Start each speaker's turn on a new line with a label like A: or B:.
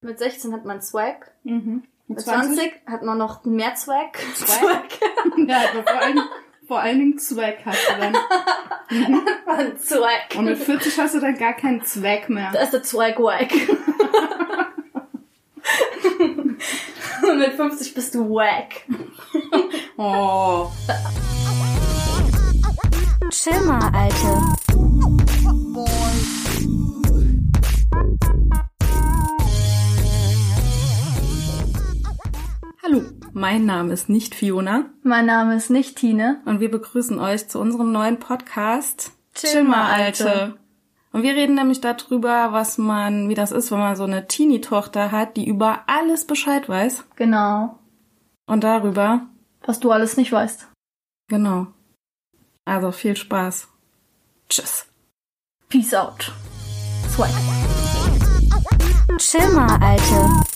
A: Mit 16 hat man Swag.
B: Mhm.
A: Mit 20, hat man noch mehr Swag.
B: Swag? Ja, aber vor allem, vor allen Dingen Zweck hast du dann.
A: Hat man Swag.
B: Und mit 40 hast du dann gar keinen Zweck mehr.
A: Das ist der Swag-Wag. Und mit 50 bist du Wag.
B: Oh.
C: Chill mal, Alte.
D: Hallo, mein Name ist nicht Fiona
A: Mein Name ist nicht Tine.
D: und wir begrüßen euch zu unserem neuen Podcast
A: Chill
D: mal,
A: mal, Alte.
D: Und wir reden nämlich darüber, was man, wie das ist, wenn man so eine Teenie-Tochter hat, die über alles Bescheid weiß
A: Genau.
D: und darüber,
A: Was du alles nicht weißt.
D: genau. Also viel Spaß. Tschüss.
A: Peace out. Swag.
C: Chill mal, Alte.